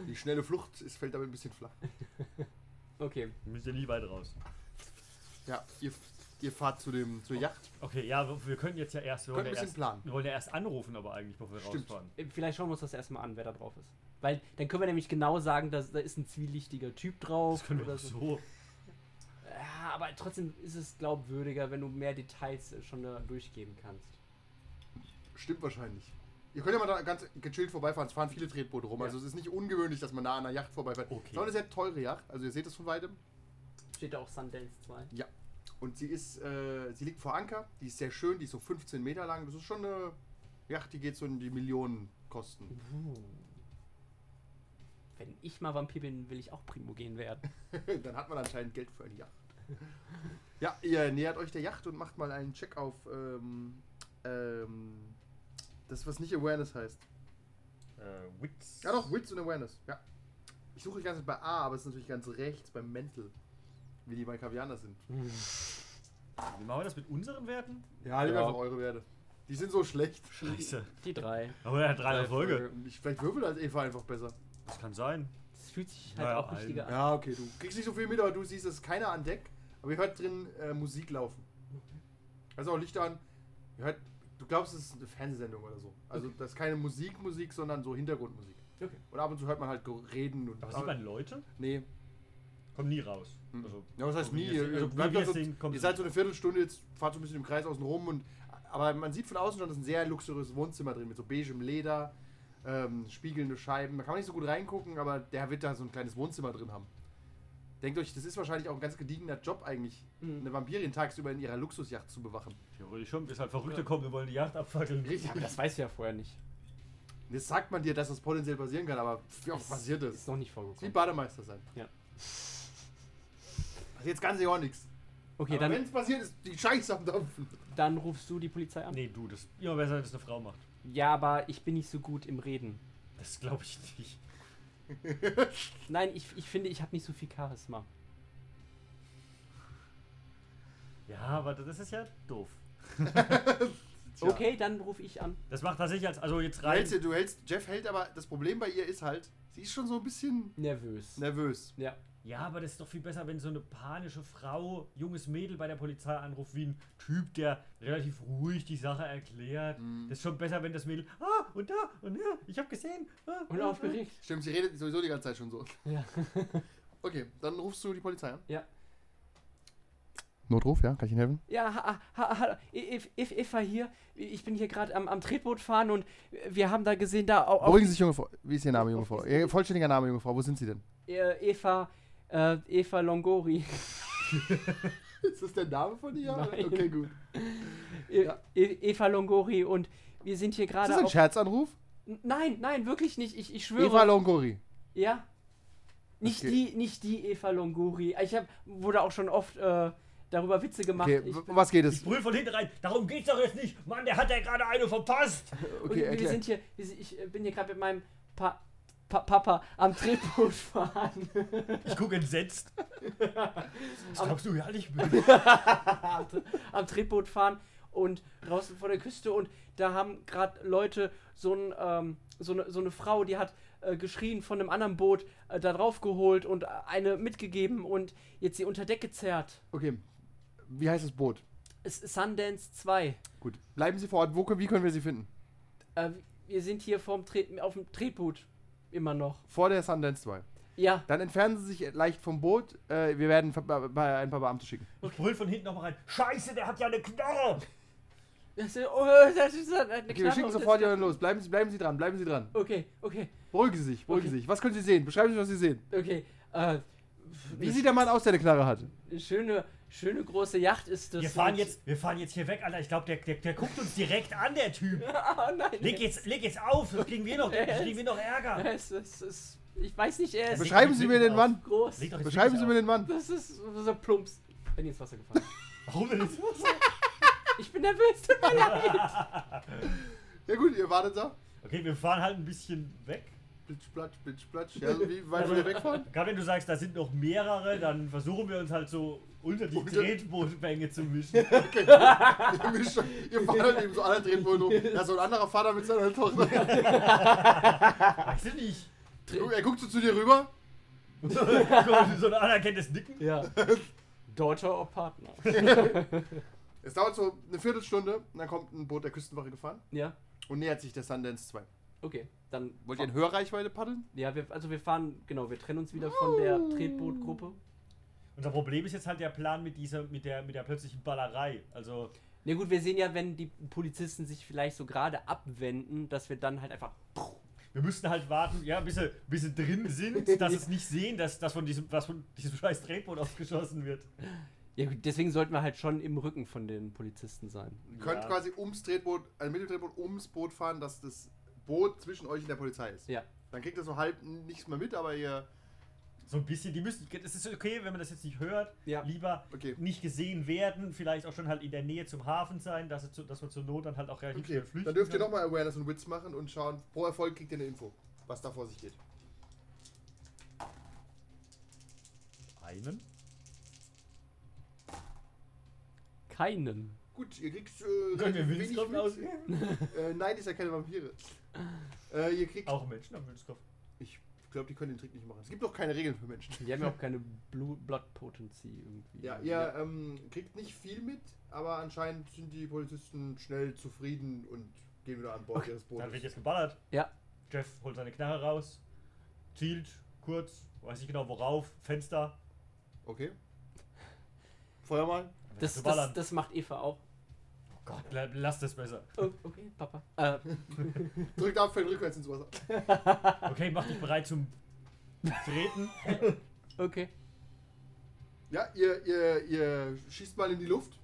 Speaker 2: Die schnelle Flucht ist, fällt damit ein bisschen flach.
Speaker 3: Okay.
Speaker 4: Wir müssen ja nie weit raus.
Speaker 2: Ja, ihr, ihr fahrt zu dem, zur Yacht.
Speaker 4: Okay, ja, wir- wir können jetzt ja erst... Wir
Speaker 2: Können
Speaker 4: wollen,
Speaker 2: ein
Speaker 4: ja
Speaker 2: bisschen
Speaker 4: erst,
Speaker 2: planen.
Speaker 4: wir wollen ja erst anrufen, aber eigentlich, bevor wir
Speaker 2: Stimmt.
Speaker 4: rausfahren.
Speaker 3: Vielleicht schauen wir uns das erstmal an, wer da drauf ist. Weil dann können wir nämlich genau sagen, dass, da ist ein zwielichtiger Typ drauf.
Speaker 4: Das können wir
Speaker 3: oder
Speaker 4: auch so.
Speaker 3: Ja, aber trotzdem ist es glaubwürdiger, wenn du mehr Details äh, schon da durchgeben kannst.
Speaker 2: Stimmt wahrscheinlich. Ihr könnt ja mal da ganz gechillt vorbeifahren. Es fahren viele Tretboote rum.
Speaker 3: Ja.
Speaker 2: Also es ist nicht ungewöhnlich, dass man nah an einer Yacht vorbeifährt.
Speaker 4: Okay.
Speaker 2: Es ist auch eine sehr teure Yacht. Also ihr seht es von weitem.
Speaker 3: Steht da auch Sundance 2.
Speaker 2: Ja. Und sie ist, äh, sie liegt vor Anker. Die ist sehr schön. Die ist so 15 Meter lang. Das ist schon eine Yacht, die geht so in die Millionen kosten.
Speaker 3: Wenn ich mal Vampir bin, will ich auch primogen werden.
Speaker 2: Dann hat man anscheinend Geld für eine Yacht. ja, ihr nähert euch der Yacht und macht mal einen Check auf ähm, ähm, das, was nicht Awareness heißt.
Speaker 4: Äh, Wix.
Speaker 2: Ja doch, Wits und Awareness, ja. Ich suche die ganze Zeit bei A, aber es ist natürlich ganz rechts beim Mental. Wie die bei Kavianer sind.
Speaker 4: Wie machen wir das mit unseren Werten?
Speaker 2: Ja, nehmen
Speaker 3: Ja.
Speaker 2: einfach eure Werte. Die sind so schlecht.
Speaker 4: Scheiße.
Speaker 3: Die drei.
Speaker 4: Aber er hat drei
Speaker 3: Drei
Speaker 4: Erfolge.
Speaker 3: Erfolge.
Speaker 2: Ich, vielleicht würfel als Eva einfach besser.
Speaker 4: Das kann sein.
Speaker 3: Das fühlt sich halt
Speaker 4: Ja,
Speaker 3: auch richtiger an.
Speaker 2: Ja, okay, du kriegst nicht so viel mit, aber du siehst, es ist keiner an Deck. Aber ihr hört drin äh, Musik laufen. Also auch Lichter an. Ihr hört, du glaubst, es ist eine Fernsehsendung oder so. Also das ist keine Musikmusik, sondern so Hintergrundmusik.
Speaker 3: Okay.
Speaker 2: Und ab und zu hört man halt ge- Reden und.
Speaker 4: Aber sieht man Leute?
Speaker 2: Nee.
Speaker 4: Kommen nie raus.
Speaker 3: Hm.
Speaker 2: Mhm.
Speaker 4: Also,
Speaker 2: Ja, was heißt
Speaker 4: so wie
Speaker 2: nie?
Speaker 4: wir
Speaker 2: Ihr,
Speaker 4: sehen-
Speaker 2: ihr,
Speaker 4: also, wie
Speaker 2: bleibt
Speaker 4: wir
Speaker 2: da so,
Speaker 4: sehen, kommt
Speaker 2: ihr
Speaker 4: sie
Speaker 2: seid
Speaker 4: nicht.
Speaker 2: so eine Viertelstunde, jetzt fahrt so ein bisschen im Kreis außen rum und. Aber man sieht von außen schon, das ist ein sehr luxuriöses Wohnzimmer drin, mit so beigem Leder, ähm, spiegelnde Scheiben. Da kann man nicht so gut reingucken, aber der wird da so ein kleines Wohnzimmer drin haben. Denkt euch, das ist wahrscheinlich auch ein ganz gediegener Job eigentlich,
Speaker 3: Mhm.
Speaker 2: eine Vampirin tagsüber in ihrer Luxusjacht zu bewachen.
Speaker 4: Theoretisch schon, bis halt Verrückte kommen, wir wollen die Yacht abfackeln.
Speaker 2: Richtig.
Speaker 3: Aber das weißt du ja vorher nicht.
Speaker 2: Jetzt sagt man dir, dass das potenziell passieren kann, aber wie oft
Speaker 3: Ist-
Speaker 2: passiert das?
Speaker 3: Ist noch nicht
Speaker 2: Wie
Speaker 3: vorgekommen.
Speaker 2: Bademeister sein.
Speaker 3: Ja.
Speaker 2: Also jetzt kann sie auch nichts.
Speaker 3: Okay,
Speaker 2: aber wenn
Speaker 3: dann,
Speaker 2: es passiert, ist die Scheiße am Dampfen.
Speaker 3: dann rufst du die Polizei an.
Speaker 4: Nee, du, das ist immer besser, wenn es eine Frau macht.
Speaker 3: Ja, aber ich bin nicht so gut im Reden.
Speaker 4: Das glaube ich nicht.
Speaker 3: Nein, ich, ich finde, ich habe nicht so viel Charisma.
Speaker 4: Ja, aber das ist ja doof.
Speaker 2: Tja.
Speaker 3: Okay, dann rufe ich an.
Speaker 4: Das macht das ich als. Also jetzt
Speaker 2: Du
Speaker 4: rein.
Speaker 2: hältst, du hältst, Jeff hält aber, das Problem bei ihr ist halt, sie ist schon so ein bisschen
Speaker 3: Nervös.
Speaker 2: nervös.
Speaker 3: ja.
Speaker 4: Ja, aber das ist doch viel besser, wenn so eine panische Frau, junges Mädel bei der Polizei anruft, wie ein Typ, der relativ ruhig die Sache erklärt.
Speaker 2: Mhm.
Speaker 4: Das ist schon besser, wenn das Mädel, ah, und da, und ja, ich hab gesehen. Ah,
Speaker 3: Und
Speaker 4: ah,
Speaker 3: aufgeregt.
Speaker 2: Stimmt, sie redet sowieso die ganze Zeit schon so.
Speaker 3: Ja.
Speaker 2: Okay, dann rufst du die Polizei an.
Speaker 3: Ja.
Speaker 2: Notruf, ja? Kann ich Ihnen helfen?
Speaker 3: Ja, ha, ha, ha, if, if, if war hier. Ich bin hier gerade am, am Tretboot fahren und wir haben da gesehen, da au- auf
Speaker 2: Beruhigen Sie sich, junge Frau. Wie ist Ihr Name, junge Frau? Ihr vollständiger Name, junge Frau. Wo sind Sie denn?
Speaker 3: äh, Eva, äh, Eva Longori.
Speaker 2: Ist das der Name von ihr?
Speaker 3: Nein.
Speaker 2: Okay, gut.
Speaker 3: E-
Speaker 2: Ja.
Speaker 3: E- Eva Longori und wir sind hier
Speaker 2: Ist
Speaker 3: gerade
Speaker 2: das ein
Speaker 3: auf.
Speaker 2: Scherzanruf?
Speaker 3: N- Nein, nein, wirklich nicht. Ich, ich schwöre.
Speaker 2: Eva Longori.
Speaker 3: ja. Nicht
Speaker 2: Okay.
Speaker 3: die, nicht die Eva Longori. Ich hab, wurde auch schon oft äh, darüber Witze gemacht.
Speaker 2: Okay,
Speaker 3: ich
Speaker 2: w-
Speaker 3: bin-
Speaker 2: um was geht
Speaker 4: Ich
Speaker 2: es?
Speaker 4: brüll von hinten rein. Darum geht's doch jetzt nicht. Mann, der hat ja gerade eine verpasst.
Speaker 3: Und
Speaker 2: Okay,
Speaker 3: wir
Speaker 2: erklär.
Speaker 3: sind hier, wir sind, ich äh, bin hier gerade mit meinem pa pa Papa am Tretboot fahren.
Speaker 4: Ich gucke entsetzt. Was glaubst du, ja, ich bin.
Speaker 3: am, am Tretboot fahren und draußen vor der Küste und da haben gerade Leute so, ein, ähm, so, eine, so eine Frau, die hat äh, geschrien von einem anderen Boot äh, da drauf geholt und äh, eine mitgegeben und jetzt sie unter Deck gezerrt.
Speaker 2: Okay, wie heißt das Boot?
Speaker 3: Es ist Sundance 2.
Speaker 2: Gut. Bleiben Sie vor Ort. Wo, wie können wir Sie finden?
Speaker 3: Äh, wir sind hier vom Tret auf dem Tretboot immer noch.
Speaker 2: Vor der Sundance 2.
Speaker 3: Ja,
Speaker 2: Dann entfernen Sie sich leicht vom Boot. Äh, wir werden ver- bei- bei ein paar Beamte schicken.
Speaker 4: Ich brüll von hinten nochmal rein. Scheiße, der hat ja eine Knarre.
Speaker 3: das ist, oh, das ist eine
Speaker 2: Okay, wir
Speaker 3: Knarre
Speaker 2: schicken
Speaker 3: und
Speaker 2: sofort
Speaker 3: das-
Speaker 2: jemanden los. Bleiben Sie, bleiben Sie dran, bleiben Sie dran.
Speaker 3: Okay, okay,
Speaker 2: Beruhigen Sie sich, beruhigen
Speaker 3: Okay.
Speaker 2: Sie sich. Was können Sie sehen? Beschreiben Sie, was Sie sehen.
Speaker 3: okay. Äh,
Speaker 2: Wie sieht der Mann aus, der eine Knarre hat?
Speaker 3: eine schöne, schöne große Yacht ist das.
Speaker 4: Wir fahren
Speaker 3: und-
Speaker 4: jetzt, wir fahren jetzt hier weg, Alter. Ich glaube, der, der, der guckt uns direkt an, der Typ.
Speaker 3: Ah, nein.
Speaker 4: Leg jetzt, leg jetzt auf, sonst kriegen wir noch, sonst kriegen wir noch Ärger.
Speaker 3: Es, es, es, ich weiß nicht, er ist
Speaker 2: Beschreiben Sie mir den Mann.
Speaker 3: groß.
Speaker 4: Leg doch jetzt
Speaker 2: Beschreiben
Speaker 4: wirklich
Speaker 2: Sie mir
Speaker 4: auf.
Speaker 2: den Mann.
Speaker 3: Das ist so plumps. Bin ins Wasser gefallen.
Speaker 4: Warum denn jetzt?
Speaker 3: Ich bin nervös, tut mir leid.
Speaker 2: Ja gut, ihr wartet da.
Speaker 4: Okay, wir fahren halt ein bisschen weg.
Speaker 2: Plitsch, platsch, plitsch, platsch. Ja, also wie weit wollt ihr wegfahren?
Speaker 4: Gerade wenn du sagst, da sind noch mehrere, dann versuchen wir uns halt so unter die
Speaker 2: Unter-
Speaker 4: Tretbootmenge zu mischen.
Speaker 2: ihr, mischt, ihr fahrt halt eben so alle drehen wohl rum. Da ist so ein anderer Vater mit seiner Tochter.
Speaker 4: Weißt du nicht?
Speaker 2: Er guckt so zu dir rüber.
Speaker 4: so ein anerkenntes Nicken.
Speaker 3: Ja. Daughter or Partner.
Speaker 2: Es dauert so eine Viertelstunde und dann kommt ein Boot der Küstenwache gefahren
Speaker 3: Ja,
Speaker 2: und nähert sich der Sundance 2.
Speaker 3: okay. Dann.
Speaker 2: Wollt ihr in Hörreichweite paddeln?
Speaker 3: Ja, wir, also wir fahren, genau, wir trennen uns wieder von der Tretbootgruppe.
Speaker 4: Unser Problem ist jetzt halt der Plan mit dieser, mit der, mit der plötzlichen Ballerei. Also,
Speaker 3: Na gut, wir sehen ja, wenn die Polizisten sich vielleicht so gerade abwenden, dass wir dann halt einfach.
Speaker 4: wir müssten halt warten, ja, bis sie, bis sie drin sind, dass sie es nicht sehen, dass, dass von diesem, was von diesem scheiß Tretboot ausgeschossen wird.
Speaker 3: Ja, gut, deswegen sollten wir halt schon im Rücken von den Polizisten sein.
Speaker 2: Ihr könnt
Speaker 4: Ja.
Speaker 2: quasi ums Tretboot, also mit dem Tretboot ums Boot fahren, dass das Boot zwischen euch und der Polizei ist.
Speaker 3: Ja.
Speaker 2: Dann kriegt ihr so halb nichts mehr mit, aber ihr.
Speaker 4: So ein bisschen, die müssen, es ist okay, wenn man das jetzt nicht hört,
Speaker 3: Ja.
Speaker 4: lieber
Speaker 2: Okay.
Speaker 4: nicht gesehen werden, vielleicht auch schon halt in der Nähe zum Hafen sein, dass, es zu, dass man zur Not dann halt auch relativ
Speaker 2: Okay, dann dürft ihr nochmal Awareness und Wits machen und schauen. Pro Erfolg kriegt ihr eine Info, was da vor sich geht.
Speaker 4: ne? Einen?
Speaker 3: Keinen.
Speaker 2: Gut, ihr kriegt äh,
Speaker 4: Können wir
Speaker 2: relativ wenig
Speaker 4: Wilskopf
Speaker 2: mit.
Speaker 4: ausgeben?
Speaker 2: Äh, nein, ist ja keine Vampire. Äh, ihr kriegt.
Speaker 4: auch Menschen am Wilskopf.
Speaker 2: Ich glaube, die können den Trick nicht machen. Es gibt doch keine Regeln für Menschen.
Speaker 3: Die haben ja auch keine Blue Blood Potency irgendwie.
Speaker 2: Ja, ihr Ähm, kriegt nicht viel mit, aber anscheinend sind die Polizisten schnell zufrieden und gehen wieder an Bord ihres
Speaker 4: Dann wird
Speaker 2: Bootes.
Speaker 4: jetzt geballert.
Speaker 3: Ja.
Speaker 4: Jeff holt seine Knarre raus, zielt kurz, weiß nicht genau worauf, Fenster.
Speaker 2: Okay. Feuer mal.
Speaker 4: dann wird
Speaker 3: Das,
Speaker 4: zu
Speaker 3: das,
Speaker 4: ballern.
Speaker 3: das macht Eva auch.
Speaker 4: oh Gott, la- lass das besser.
Speaker 3: Oh, okay, Papa. Äh,
Speaker 2: Drückt ab, fällt rückwärts ins Wasser.
Speaker 4: Okay, mach dich bereit zum Treten.
Speaker 3: okay.
Speaker 2: Ja, ihr, ihr, ihr schießt mal in die Luft.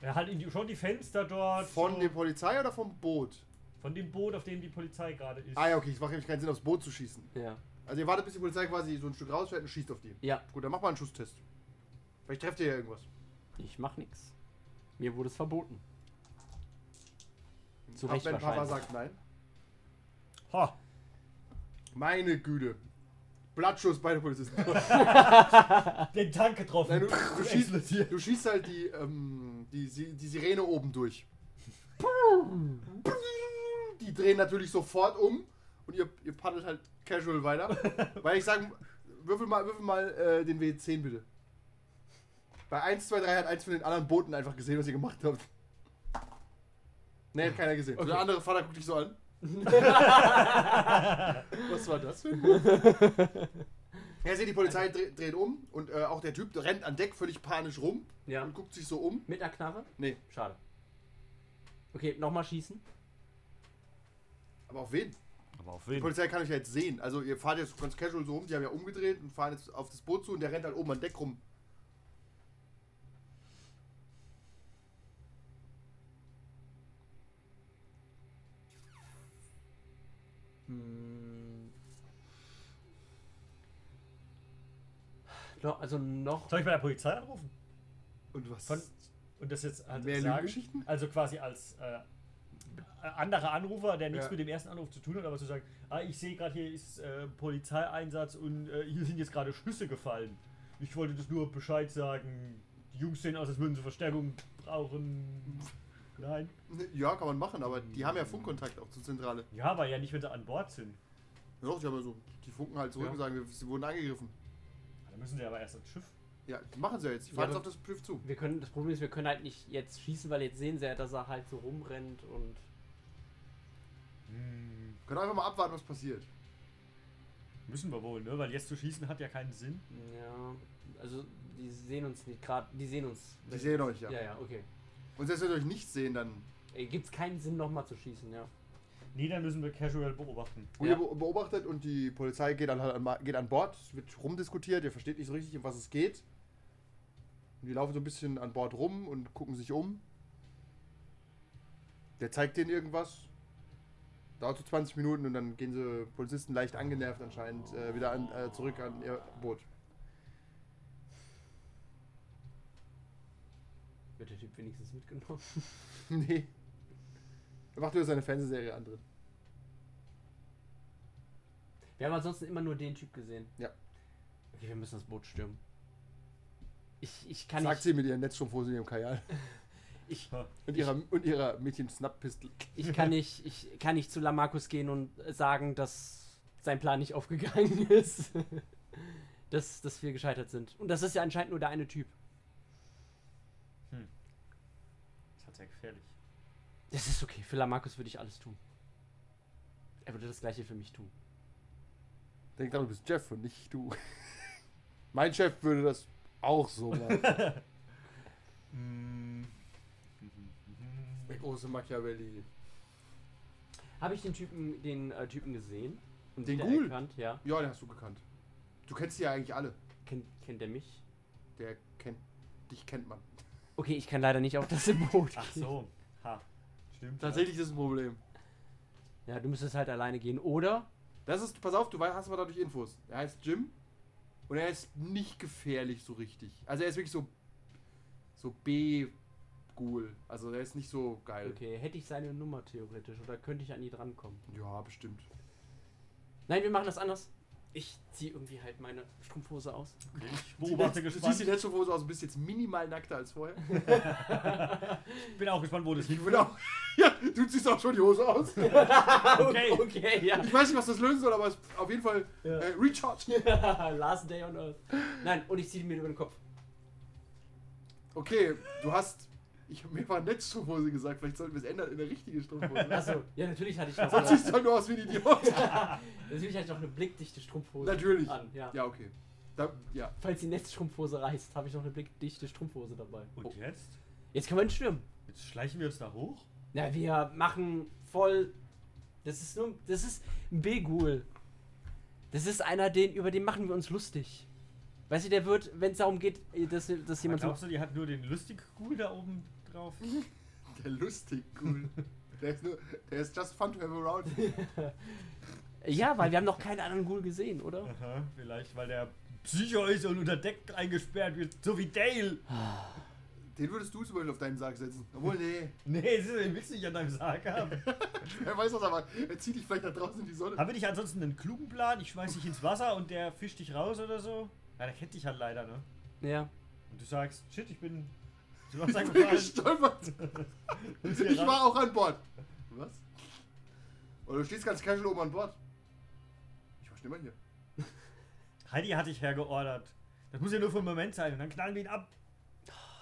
Speaker 4: ja, halt in die, schon die Fenster dort.
Speaker 2: Von
Speaker 4: so,
Speaker 2: der Polizei oder vom Boot?
Speaker 4: von dem Boot, auf dem die Polizei gerade ist.
Speaker 2: Ah ja, okay, es macht nämlich keinen Sinn, aufs Boot zu schießen.
Speaker 3: Ja.
Speaker 2: Also ihr wartet, bis die Polizei quasi so ein Stück rausfährt und schießt auf die.
Speaker 3: Ja,
Speaker 2: Gut, dann mach mal einen Schusstest. Vielleicht trefft ihr ja irgendwas.
Speaker 3: ich mach nix. Mir wurde es verboten. Zu
Speaker 2: Auch
Speaker 3: Recht
Speaker 2: wenn Papa
Speaker 3: wahrscheinlich.
Speaker 2: sagt nein.
Speaker 4: Ha,
Speaker 2: Meine Güte. Blattschuss bei den Polizisten.
Speaker 4: den Tank getroffen.
Speaker 2: Nein, du, du, schießt,
Speaker 4: explodiert.
Speaker 2: du schießt halt die, ähm, die, Si- die Sirene oben durch. Die drehen natürlich sofort um und ihr, ihr paddelt halt casual weiter. Weil ich sagen, würfel mal, würfel mal äh, den W10 bitte. Bei 1, 2, 3 hat eins von den anderen Booten einfach gesehen, was ihr gemacht habt. Ne, hat keiner gesehen. So
Speaker 3: Okay.
Speaker 2: Der andere Vater guckt dich so an. was war das für ein ja, seht, die Polizei dreht, dreht um und äh, auch der Typ rennt an Deck völlig panisch rum
Speaker 3: Ja.
Speaker 2: und guckt sich so um.
Speaker 3: Mit einer Knarre?
Speaker 2: Nee,
Speaker 3: Schade. Okay, nochmal schießen.
Speaker 2: aber auf wen?
Speaker 4: Aber auf
Speaker 2: Die
Speaker 4: wen?
Speaker 2: Polizei kann euch ja jetzt sehen. Also ihr fahrt jetzt ganz casual so rum, die haben ja umgedreht und fahren jetzt auf das Boot zu und der rennt halt oben an Deck rum.
Speaker 3: Hm. No, also noch.
Speaker 4: Soll ich bei der Polizei anrufen?
Speaker 2: Und was?
Speaker 4: Von, und das jetzt also
Speaker 2: Mehr
Speaker 4: sagen?
Speaker 2: Lügengeschichten?
Speaker 4: Also quasi als äh, anderer Anrufer, der nichts
Speaker 2: Ja.
Speaker 4: mit dem ersten Anruf zu tun hat, aber zu sagen, ah, ich sehe gerade hier ist äh, Polizeieinsatz und äh, hier sind jetzt gerade Schüsse gefallen. Ich wollte das nur Bescheid sagen. Die Jungs sehen aus, als würden sie Verstärkung brauchen. Nein.
Speaker 2: Ja, kann man machen, aber die haben ja Funkkontakt auch zur Zentrale.
Speaker 4: Ja, aber ja nicht, wenn sie an Bord sind.
Speaker 2: Ja, doch, die haben ja so, die funken halt zurück
Speaker 3: Ja.
Speaker 2: und sagen, wir- sie wurden angegriffen.
Speaker 4: Dann müssen sie aber erst ans Schiff.
Speaker 2: Ja, das machen sie ja jetzt. Die
Speaker 3: Ja,
Speaker 2: fahren
Speaker 3: aber-
Speaker 2: jetzt auf das Schiff zu.
Speaker 3: Wir können, das Problem ist, wir können halt nicht jetzt schießen, weil jetzt sehen sie ja, dass er halt so rumrennt und.
Speaker 2: Können einfach mal abwarten, was passiert.
Speaker 4: Hm, Müssen wir wohl, ne? Weil jetzt zu schießen hat ja keinen Sinn.
Speaker 3: Ja. Also, die sehen uns nicht gerade. Die sehen uns.
Speaker 2: Die sehen euch, ja.
Speaker 3: Ja, ja, okay.
Speaker 2: Und selbst wenn sie euch nicht sehen, dann.
Speaker 3: Äh, Gibt's keinen Sinn, nochmal zu schießen, ja.
Speaker 4: Nee, dann müssen wir casual beobachten.
Speaker 2: Und
Speaker 3: Ja.
Speaker 2: ihr be- beobachtet und die Polizei geht an, halt an, Ma- geht an Bord, es wird rumdiskutiert, ihr versteht nicht so richtig, um was es geht. Und die laufen so ein bisschen an Bord rum und gucken sich um. Der zeigt denen irgendwas. Dauert so 20 Minuten und dann gehen sie Polizisten leicht angenervt anscheinend äh, wieder an, äh, zurück an ihr Boot.
Speaker 3: Wird der Typ wenigstens mitgenommen?
Speaker 2: nee. Er macht wieder seine Fernsehserie an drin.
Speaker 3: Wir haben ansonsten immer nur den Typ gesehen.
Speaker 2: Ja.
Speaker 3: Okay, wir müssen das Boot stürmen. Ich, ich kann
Speaker 2: Sagt
Speaker 3: nicht.
Speaker 2: sie mit ihren Netzstrumpfhosen in ihrem Kajal.
Speaker 3: Ich,
Speaker 2: Und ihrer, und ihrer Mädchen-Snap-Pistel.
Speaker 3: ich kann nicht, ich kann nicht zu Lamarcus gehen und sagen, dass sein Plan nicht aufgegangen ist. dass, dass wir gescheitert sind. Und das ist ja anscheinend nur der eine Typ.
Speaker 4: Das hat sehr gefährlich.
Speaker 3: Das ist okay. Für Lamarcus würde ich alles tun. Er würde das gleiche für mich tun.
Speaker 2: Denk dran, du bist Jeff und nicht du. mein Chef würde das auch so machen. Hm. Der große Machiavelli.
Speaker 3: Habe ich den Typen, den äh, Typen gesehen? Und
Speaker 2: Den
Speaker 3: wiedererkannt?
Speaker 2: Ghoul?
Speaker 3: Ja.
Speaker 2: Ja, den hast du gekannt. Du kennst die ja eigentlich alle.
Speaker 3: Kennt, kennt er mich?
Speaker 2: Der kennt. Dich kennt man.
Speaker 3: Okay, ich kann leider nicht auf das Boot.
Speaker 4: Ach
Speaker 3: gehen.
Speaker 4: so. Ha. Stimmt. ja.
Speaker 2: ist es ein Problem.
Speaker 3: Ja, du müsstest halt alleine gehen. Oder
Speaker 2: Das ist, pass auf, du wei- hast aber dadurch Infos. Er heißt Jim und er ist nicht gefährlich so richtig. Also er ist wirklich so, so B-Ghoul. Also er ist nicht so
Speaker 4: Äh.
Speaker 2: geil.
Speaker 3: Okay, hätte ich seine Nummer theoretisch oder könnte ich an die drankommen?
Speaker 2: Ja, bestimmt.
Speaker 3: Nein, wir machen das anders. Ich ziehe irgendwie halt meine Strumpfhose aus.
Speaker 4: Ich
Speaker 2: Die
Speaker 4: beobachte
Speaker 2: letzte- Du siehst die
Speaker 4: gespannt.
Speaker 2: letzte Hose aus und bist jetzt minimal nackter als vorher.
Speaker 4: Ich bin auch gespannt, wo das
Speaker 2: Ich
Speaker 4: hinführt.
Speaker 2: bin auch, Genau. ja, du ziehst auch schon die Hose aus. Ich
Speaker 4: Ah, Okay.
Speaker 3: Ah, okay, ja.
Speaker 2: weiß nicht, was das lösen soll, aber es auf jeden Fall
Speaker 3: Ja.
Speaker 2: äh, Recharge.
Speaker 3: Last day on earth. Nein, und ich ziehe mir über den Kopf.
Speaker 2: Okay, du hast. Ich habe mir war Netzstrumpfhose gesagt, vielleicht sollten wir es ändern in eine richtige Strumpfhose.
Speaker 3: Achso, ja, natürlich hatte ich noch,
Speaker 2: Sonst
Speaker 3: eine,
Speaker 2: siehst du halt nur aus wie ein Idiot.
Speaker 3: natürlich hatte ich noch eine blickdichte Strumpfhose
Speaker 2: Natürlich.
Speaker 3: an. Ja.
Speaker 2: Ja, okay. Da, ja.
Speaker 3: Falls die Netzstrumpfhose reißt, habe ich noch eine blickdichte Strumpfhose dabei.
Speaker 4: Und jetzt?
Speaker 3: Jetzt können wir ihn stürmen.
Speaker 4: Jetzt schleichen wir uns da hoch?
Speaker 3: Na, wir machen voll. Das ist nur. Das ist ein Begul. Das ist einer, den, über den machen wir uns lustig. Weißt du, der wird, wenn es darum geht, äh, dass, dass jemand.
Speaker 4: Ah, glaubst du, die hat nur den lustig Ghoul da oben drauf?
Speaker 2: Mhm. Der lustig, cool. Der ist, nur, der ist just fun to have around.
Speaker 3: ja, weil wir haben noch keinen anderen Ghoul gesehen, oder?
Speaker 4: Aha, vielleicht, weil der Psycho ist und unter Deck eingesperrt wird, so wie Dale.
Speaker 2: Den würdest du zum Beispiel auf deinen Sarg setzen. Obwohl, nee.
Speaker 4: Nee, das ist- den willst du nicht an deinem Sarg haben.
Speaker 2: Er weiß was, aber er zieht dich vielleicht da draußen in die Sonne.
Speaker 4: haben wir nicht ansonsten einen klugen Plan? Ich schmeiß dich ins Wasser und der fischt dich raus oder so? Ja, der kennt dich halt leider, ne?
Speaker 3: Ja.
Speaker 4: Und du sagst, shit, ich bin ins Wasser
Speaker 2: Ich bin
Speaker 4: gefallen.
Speaker 2: gestolpert.
Speaker 4: Und hier
Speaker 2: Ich
Speaker 4: ran-
Speaker 2: war auch an Bord. Was? Oder du stehst ganz casual oben an Bord. Ich war schon immer hier.
Speaker 4: Heidi hat dich hergeordert. Das muss ja nur für einen Moment sein und dann knallen wir ihn ab.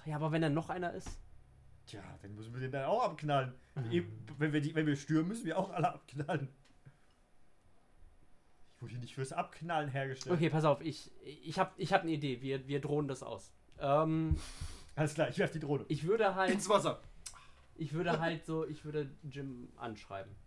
Speaker 3: Ja, aber wenn da noch einer ist.
Speaker 4: Tja, dann müssen wir den dann auch abknallen. Eben, wenn, wir die, wenn wir stürmen, müssen wir auch alle abknallen. Ich wurde hier nicht fürs Abknallen hergestellt.
Speaker 3: Okay, pass auf, ich, ich habe ich hab eine Idee. Wir, wir drohen das aus. Ähm,
Speaker 4: Alles klar, ich werf die Drohne.
Speaker 3: ich würde halt.
Speaker 2: Ins Wasser.
Speaker 3: Ich würde halt so. Ich würde Jim anschreiben.